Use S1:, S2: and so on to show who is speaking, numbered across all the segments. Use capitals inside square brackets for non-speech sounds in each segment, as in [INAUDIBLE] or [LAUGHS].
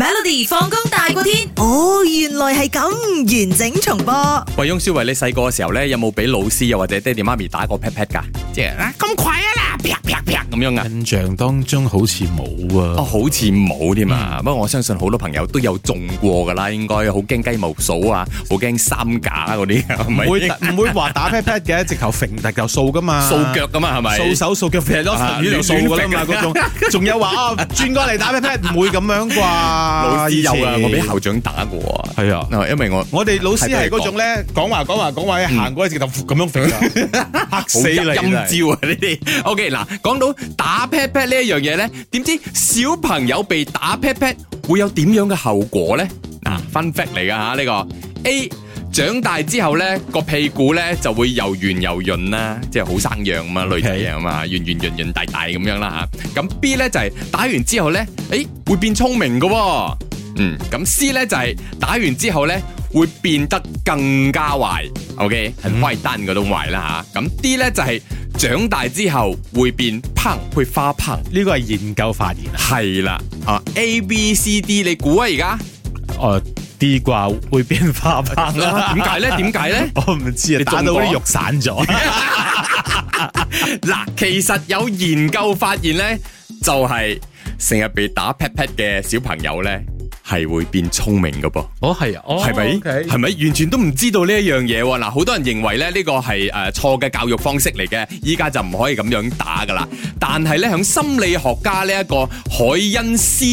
S1: Melody 放工大過天，哦，原來係咁，完整重播。
S2: 喂，翁舒慧，你細個嘅時候咧，有冇俾老師又或者爹哋媽咪打過 pat pat 噶？即係啊，咁快啊啦，啪啪啪咁樣啊？
S3: 印象當中好似冇
S2: 哦，
S3: 啊，
S2: 好似冇添啊！不過我相信好多朋友都有中過噶啦，應該好驚雞毛掃啊，好驚三架嗰啲啊，唔
S3: 唔會
S2: 係
S3: 唔會話
S2: [LAUGHS]
S3: 打 pat pat 嘅，直頭揈突就掃噶嘛，
S2: 掃腳噶嘛，係咪？
S3: 掃手掃腳，劈咗條魚就掃噶啦嘛，嗰種 [LAUGHS] 仲有話哦，轉過嚟打 pat pat 唔會咁樣啩，
S2: 老
S3: 老
S2: 師有啊，我俾校長打過啊，
S3: 係啊。
S2: 啊因為我
S3: 我哋老師係嗰種咧，講話講話講話，行過一直頭咁
S2: [LAUGHS]
S3: 樣揈㗎，嚇
S2: 好
S3: 死你
S2: 陰
S3: 真係
S2: 招啊！呢啲 [LAUGHS] OK 嗱，講到打 pat pat 呢一樣嘢咧，點知小朋友被打 pat pat 會有點樣嘅後果咧？嗱，fun fact 嚟噶吓呢個 A。長大之後咧，個屁股咧就會又圓又潤啦，即係好生樣嘛，女仔啊嘛，圓圓潤潤大大咁樣啦吓。咁 B 咧就係、打完之後咧，誒會變聰明噶、喎。嗯，咁 C 咧就係、打完之後咧會變得更加壞，OK，係壞蛋嗰種壞啦吓。咁 D 咧就係、長大之後會變胖，會發胖。
S3: 呢個係研究發現啊。
S2: 係啦，啊 A、B、C、D，你估啊而 [LAUGHS] 家？
S3: 誒啲啩會變
S2: [LAUGHS]
S3: 花棒啦，
S2: 啊點解咧？點解咧？
S3: 我唔知啊
S2: 你，中
S3: 打到
S2: 過
S3: 啲肉散咗。
S2: 嗱，其實有研究發現咧，就係成日被打 pat pat 嘅小朋友咧，係會變聰明噶噃。
S3: [LAUGHS] 哦，係啊，
S2: 係咪？係咪？完全都唔知道呢一樣嘢喎！嗱，好多人認為咧呢個係誒錯嘅教育方式嚟嘅，依家就唔可以咁樣打噶啦。但係咧，響心理學家呢一個海恩斯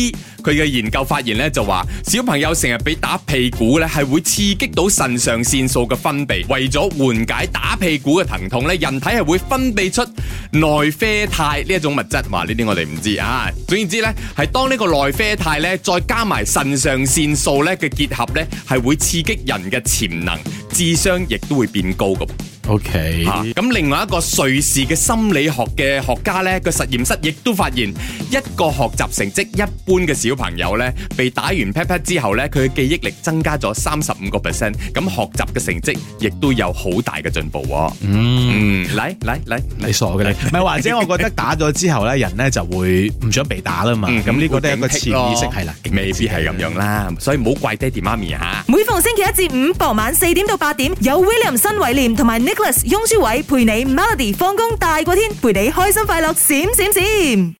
S2: 佢嘅研究發現咧，就話小朋友成日俾打屁股咧，係會刺激到腎上腺素嘅分泌，為咗緩解打屁股嘅疼痛咧，人體係會分泌出內啡肽呢一種物質。話呢啲我哋唔知啊。總言之咧，係當呢個內啡肽咧，再加埋腎上腺素咧嘅結合咧，係會刺激人嘅潛能，智商亦都會變高噶。
S3: O K，
S2: 吓啊咁、另外一個瑞士嘅心理學嘅學家呢個實驗室亦都發現，一個學習成績一般嘅小朋友呢，被打完 pat pat 之後呢，佢嘅記憶力增加咗三十五個 percent，咁學習嘅成績亦都有好大嘅進步喎。嗯，嚟嚟嚟，
S3: 你傻
S2: [LAUGHS]
S3: 嘅你，唔係或者我覺得打咗之後咧，人咧就會唔想被打啦嘛。
S2: 嗯
S3: 咁呢個都係一個
S2: 會
S3: 潛
S2: 警惕咯
S3: 意識係啦，
S2: 哦未必係咁樣啦，所以唔好怪爹哋媽咪啊吓。
S1: 每逢星期一至五傍晚四點到八點，有 William 新偉廉同埋 Nicholas 雍舒偉陪你 Melody 放工大過天，陪你開心快樂閃閃閃。